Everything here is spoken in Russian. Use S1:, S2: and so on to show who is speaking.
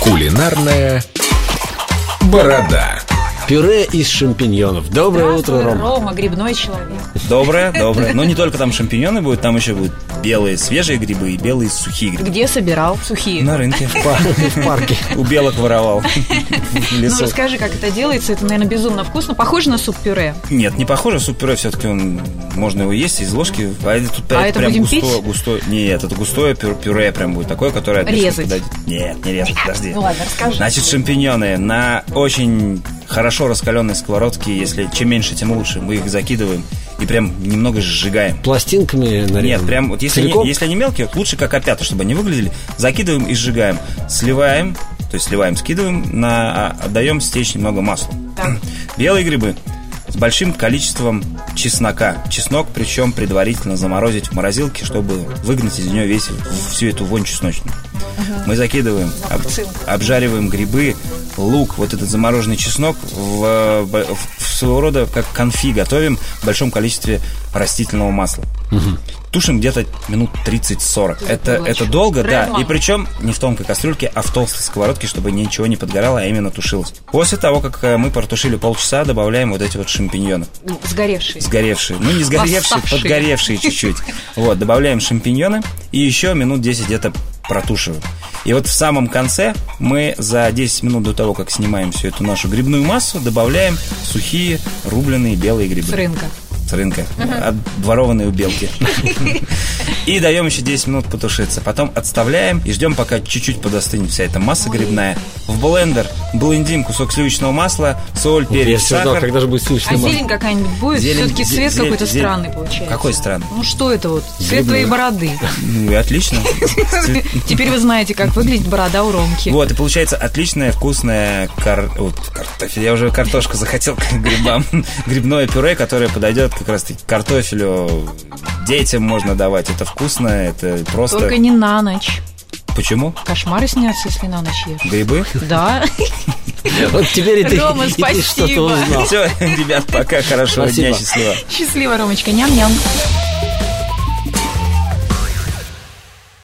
S1: Кулинарная борода.
S2: Пюре из шампиньонов. Доброе утро,
S3: Здравствуй,
S2: Рома.
S3: Рома, грибной человек.
S4: Доброе, доброе. Но не только там шампиньоны будут, там еще будут белые свежие грибы и белые сухие грибы.
S3: Где собирал сухие?
S4: На рынке.
S2: В парке.
S4: У белок воровал. В
S3: Ну,
S4: лесу.
S3: расскажи, как это делается. Это, наверное, безумно вкусно. Похоже на суп-пюре.
S4: Нет, не похоже, суп пюре все-таки он можно его есть из ложки. А это тут
S3: А это
S4: прям
S3: будем
S4: густое,
S3: пить?
S4: густое. Нет, это густое пюре, пюре прям будет такое, которое отлично
S3: Резать.
S4: подойдет. Нет, не режет, подожди.
S3: Ну ладно, расскажи.
S4: Значит, шампиньоны на очень хорошо раскаленной сковородке, если чем меньше, тем лучше, мы их закидываем и прям немного сжигаем.
S2: Пластинками нарезаны.
S4: Нет, прям вот если,
S2: Целиком?
S4: не- если они мелкие, лучше как опята, чтобы они выглядели. Закидываем и сжигаем. Сливаем, то есть сливаем, скидываем, на, а, отдаем стечь немного масла.
S3: Так.
S4: Белые грибы с большим количеством чеснока. Чеснок, причем предварительно заморозить в морозилке, чтобы выгнать из нее весь всю эту вонь чесночную. Мы закидываем, об-
S3: Лапшин.
S4: обжариваем грибы, лук, вот этот замороженный чеснок в, э, б- в своего рода как конфи готовим в большом количестве растительного масла. Тушим где-то минут 30-40. Это,
S3: было
S4: это
S3: очень
S4: долго, да.
S3: прямо.
S4: И причем не в тонкой кастрюльке, а в толстой сковородке, чтобы ничего не подгорало, а именно тушилось. После того, как э, мы протушили полчаса, добавляем вот эти вот шампиньоны.
S3: Ну, Сгоревший.
S4: Сгоревшие. Ну, не сгоревшие,
S3: Восставшие.
S4: подгоревшие чуть-чуть. Вот, добавляем шампиньоны и еще минут 10 где-то протушиваем. И вот в самом конце мы за 10 минут до того, как снимаем всю эту нашу грибную массу, добавляем сухие рубленые белые грибы.
S3: С рынка.
S4: С рынка. Обворованные у белки. И даем еще 10 минут потушиться. Потом отставляем и ждем, пока чуть-чуть подостынет вся эта масса грибная. В блендер блендим кусок сливочного масла, соль,
S2: Вот Я
S4: перец,
S2: все ждал,
S4: сахар.
S2: когда же будет
S3: А
S2: сливочное масло.
S3: зелень какая-нибудь будет?
S4: Зелень-
S3: Все-таки
S4: зе-
S3: цвет
S4: зелень-
S3: какой-то
S4: зелень.
S3: странный получается.
S4: Какой странный?
S3: Ну что это вот? Цвет
S2: Грибной.
S3: твоей бороды.
S4: Ну и отлично.
S3: Теперь вы знаете, как выглядит борода у Ромки.
S4: Вот, и получается отличная, вкусная кар... вот, картофель. Я уже картошку захотел к грибам. Грибное пюре, которое подойдет как раз-таки к картофелю. Детям можно давать. Это вкусно, это просто...
S3: Только не на ночь.
S4: Почему?
S3: Кошмары снятся, если на ночь ешь.
S4: Грибы?
S3: Да.
S2: Вот теперь и ты,
S3: Рома,
S2: и ты
S3: спасибо.
S2: что-то узнал.
S4: Все, ребят, пока, хорошего дня,
S2: Спасибо.
S4: счастливо.
S3: Счастливо, Ромочка. Ням-ням.